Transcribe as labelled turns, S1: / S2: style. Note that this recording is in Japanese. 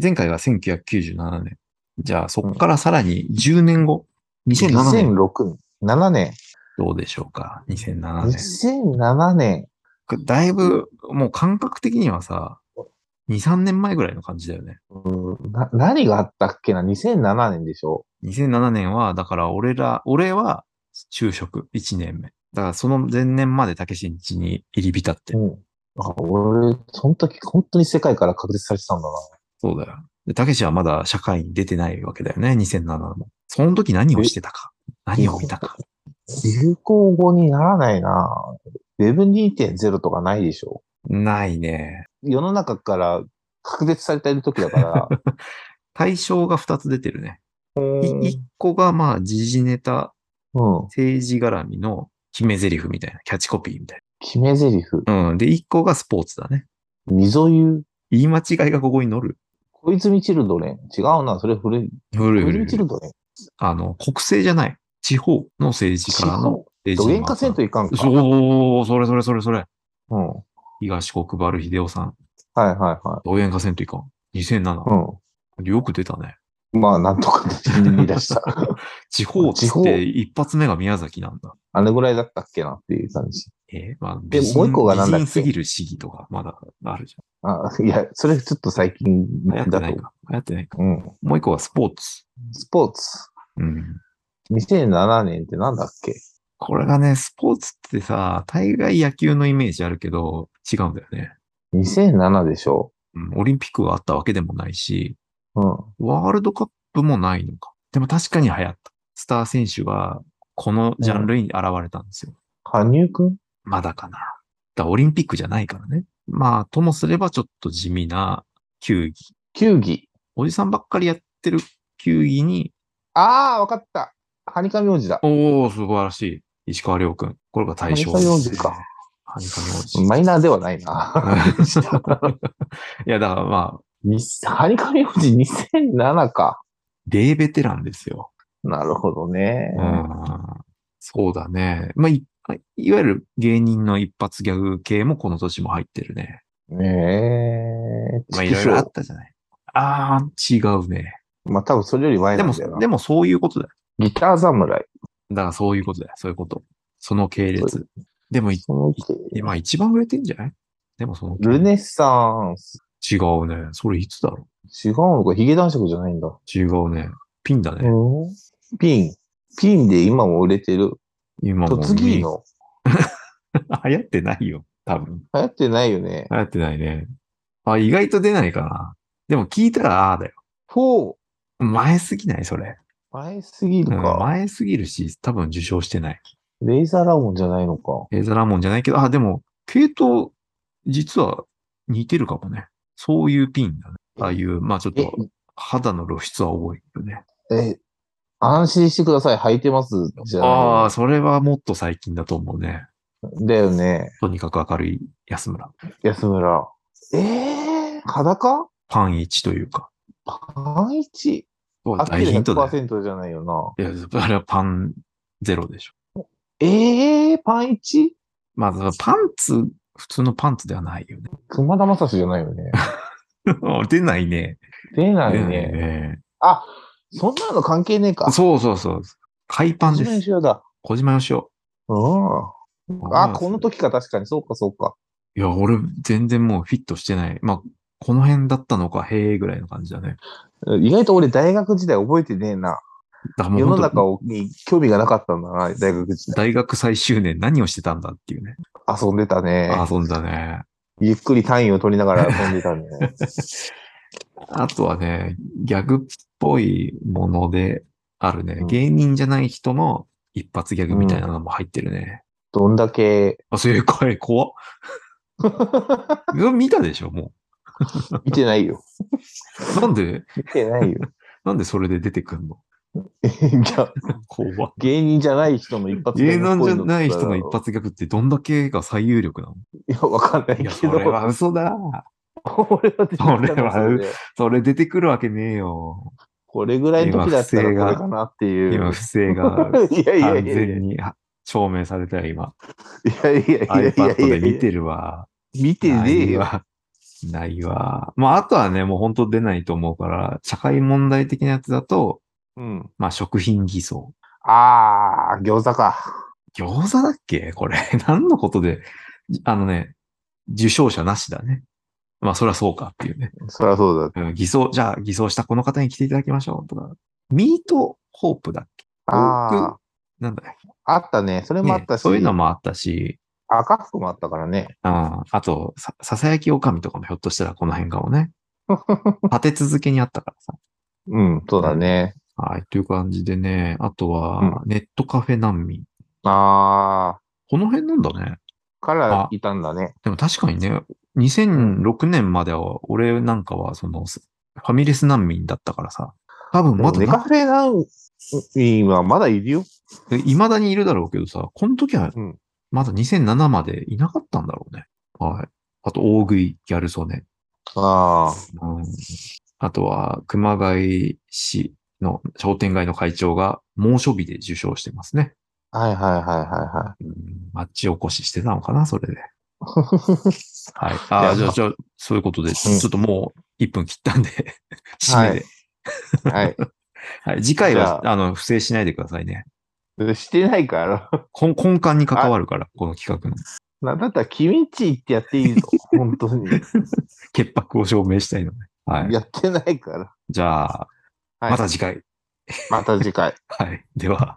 S1: 前回が1997年。じゃあ、そこからさらに10年後、2007年。
S2: 2006年。7年。
S1: どうでしょうか ?2007 年。
S2: 2007年。
S1: だいぶ、もう感覚的にはさ、2、3年前ぐらいの感じだよね。
S2: うんな何があったっけな ?2007 年でしょ
S1: 2007年は、だから俺ら、俺は就職1年目。だからその前年までたけしんちに入り浸って。
S2: うん。あ俺、その時、本当に世界から確立されてたんだな。
S1: そうだよ。で、たけしはまだ社会に出てないわけだよね、2007も。その時何をしてたか。何を見たか。
S2: 流行語にならないな。Web2.0 とかないでしょ
S1: ないね。
S2: 世の中から確立されている時だから。
S1: 対象が2つ出てるね。
S2: うん
S1: 1個がまあ、時事ネタ、
S2: うん。
S1: 政治絡みの決め台詞みたいな、キャッチコピーみたい
S2: 決め台詞。
S1: な。うん。で、1個がスポーツだね。
S2: 溝湯。
S1: 言い間違いがここに乗る。
S2: 小泉チルドレン。違うな、それ古い。
S1: 古い
S2: 小
S1: 古い
S2: 泉チ
S1: 古い。
S2: ルドレン。
S1: あの、国政じゃない。地方の政治からの政
S2: ど
S1: 治
S2: げ
S1: に
S2: ん
S1: 回
S2: か
S1: った
S2: せんといかんか。
S1: そう、それそれそれそれ。
S2: うん。はい
S1: 東国原秀夫さん。
S2: はいは
S1: 同園化せんといかん。2007。
S2: い。
S1: よく出たね。
S2: うん。まあ、なんとか言い出 した。
S1: 地方っつ
S2: 地
S1: っ
S2: 方
S1: て一発目が宮崎なんだ。
S2: あれぐらいだったっけなっていう感じ。
S1: えーまあ、
S2: で
S1: 美人
S2: もう一個がなんだっ
S1: 美
S2: け
S1: 人すぎる市議とか、まだあるじ
S2: あ、いや、それちょっと最近
S1: ゃん。流行って
S2: だ
S1: ない
S2: と。
S1: か。流行ってないか。
S2: うん。
S1: もう一個はスポーツ。
S2: スポーツ。
S1: うん。
S2: 2007年ってなんだっけ
S1: これがね、スポーツってさ、大概野球のイメージあるけど、違うんだよね。
S2: ?2007 でしょ
S1: うん、オリンピックがあったわけでもないし、
S2: うん。
S1: ワールドカップもないのか。でも確かに流行った。スター選手が、このジャンルに現れたんですよ。
S2: 羽生くん
S1: まだかな。だからオリンピックじゃないからね。まあ、ともすればちょっと地味な球技。
S2: 球技。
S1: おじさんばっかりやってる球技に、
S2: ああ、わかった。ハニカミ王子だ。
S1: おー、素晴らしい。石川亮君。これが
S2: ハ
S1: 対
S2: ニ
S1: 象
S2: カミ王子か。。
S1: ハニカミ王子。
S2: マイナーではないな。
S1: いや、だからまあ、
S2: にハニカミ王子2007か。
S1: デーベテランですよ。
S2: なるほどね。
S1: うん。そうだね。まあい、いわゆる芸人の一発ギャグ系もこの年も入ってるね。
S2: ねえ。
S1: まあ、い
S2: チキ
S1: ろい
S2: ショー
S1: ろあったじゃない。あー、違うね。
S2: まあ、多分それより前
S1: で
S2: なん
S1: も
S2: だよ、な。
S1: でもそういうことだよ。
S2: ギター侍。
S1: だからそういうことだよ。そういうこと。その系列。でもい、
S2: その
S1: 今一番売れてんじゃないでもその系
S2: ルネッサンス。
S1: 違うね。それいつだろう
S2: 違うのか、ヒゲ男爵じゃないんだ。
S1: 違うね。ピンだね。
S2: うんピン。ピンで今も売れてる。
S1: 今もう。
S2: 突撃。の。
S1: 流行ってないよ。多分。
S2: 流行ってないよね。
S1: 流行ってないね。あ、意外と出ないかな。でも聞いたらああだよ。
S2: フォー。
S1: 前すぎないそれ。
S2: 前すぎる
S1: うん
S2: か。
S1: 前すぎるし、多分受賞してない。
S2: レイザーラモンじゃないのか。
S1: レーザーラモンじゃないけど、あ、でも、系統、実は似てるかもね。そういうピンだね。ああいう、まあちょっと、肌の露出は多いよね。
S2: え、安心してください。履いてます。じゃ
S1: ああ、
S2: あ。
S1: それはもっと最近だと思うね。
S2: だよね。
S1: とにかく明るい安村。
S2: 安村。ええー、裸
S1: パン一というか。
S2: パン1。あっき
S1: 大
S2: り
S1: ヒントだよ。
S2: 100%じゃないよな。
S1: いや、あれはパンゼロでしょ。
S2: ええー、パン 1?
S1: まあ、そのパンツ、普通のパンツではないよね。
S2: 熊田正史じゃないよね。
S1: 出ないね。
S2: 出ない
S1: 出
S2: よ
S1: ない
S2: ね。
S1: ね。
S2: あ、そんなの関係ねえか。
S1: そうそうそう。海パンで
S2: 一番
S1: す。
S2: 一緒だ。
S1: 小島よしお。
S2: うん。あ、この
S1: 時
S2: 時か確かに、そうかそうか。
S1: いや、俺、全然もうフィットしてない。まあ、この辺だったのか、へえ、ぐらいの感じだね。
S2: 意外と俺大学時代覚えてねえな。
S1: だからもう
S2: 世の
S1: 本当
S2: 中に興味がなかったんだな、大学時代。
S1: 大学最終年何をしてたんだっていうね。
S2: 遊んでたね。
S1: 遊んだね。
S2: ゆっくり単位を取りながら 遊んでたね。
S1: あとはね、ギャグっぽいものであるね
S2: う。ん
S1: 芸人じゃない人の一発ギャグみたいなのも入ってるね。
S2: どんだけ
S1: あ、正解、 怖っ。いや見たでしょ、も
S2: 見てない よ。
S1: う。なんで、
S2: 見てないよ。
S1: なんでそれで出てくんの
S2: じゃあ
S1: 怖っ。
S2: 芸人じゃない人の一発
S1: 芸
S2: っ
S1: 能
S2: ぽ
S1: じゃ
S2: の
S1: ない人の一発ギャグってどんだけが最有力なの
S2: いや、わかんない
S1: い
S2: け
S1: や、
S2: ど。
S1: それは嘘だ。
S2: 俺は出てきたの
S1: それは
S2: それで
S1: それ出てくるわけねえよ。
S2: これぐらいの時だったらこれかなっていう。
S1: 今、不正 が
S2: いやいや
S1: 完
S2: いやいや
S1: 全には証明されたよ、今。
S2: いやいやいやいやいやいや。
S1: iPad で見てるわ。
S2: 見てねえよ。
S1: わ。ないわ。まあ、あとはね、もう本当出ないと思うから、社会問題的なやつだと、
S2: うん。
S1: まあ、食品偽装。
S2: あー、餃子か。
S1: 餃子だっけこれ。 何のことで、あのね、受賞者なしだね。まあ、そりゃそうかっていうね。
S2: そりゃそうだ。
S1: うん、偽装、じゃあ偽装したこの方に来ていただきましょうとか。ミートホープだっけ
S2: あー、
S1: なんだっけ
S2: あったね。それもあっ
S1: ね
S2: たし、
S1: そういうのもあったし、
S2: 赤服もあったからね。
S1: ああと、さ、ささやきおかみとかもひょっとしたらこの辺かも ね。立て続けにあったからさ。
S2: うん、そうだね。
S1: はい、という感じでね。あとは、ネットカフェ難民。
S2: あ
S1: この辺なんだね。
S2: ー、からいたんだね。
S1: でも確かにね、2006年までは、俺なんかは、その、ファミレス難民だったからさ。多分まだ
S2: ネ
S1: な、
S2: カフェナウンはまだいるよ。
S1: 未だにいるだろうけどさ、この時は
S2: うん、
S1: まだ2007までいなかったんだろうね。はい。あと、大食いギャル曽根。
S2: あー、
S1: うんあとは、熊谷市の商店街の会長が猛暑日で受賞してますね。
S2: はいはいはいはいはい。
S1: うん、町おこししてたのかな、それで。はい。あ
S2: い
S1: あ、
S2: や
S1: じゃ
S2: ま
S1: あ、
S2: あ
S1: じゃあ、そういうことで、ちょっともう1分切ったんで、 締めで。
S2: はい。
S1: はい、次回は、
S2: じ
S1: あの、不正しないでくださいね。
S2: してないから。
S1: 根根幹に関わるから、この企画の。
S2: なんだったら、君んち行ってやっていいぞ。本当に。
S1: 潔白を証明したいので。はい。
S2: やってないから。
S1: じゃあ、
S2: はい
S1: また次回。
S2: また次回。
S1: はい。では。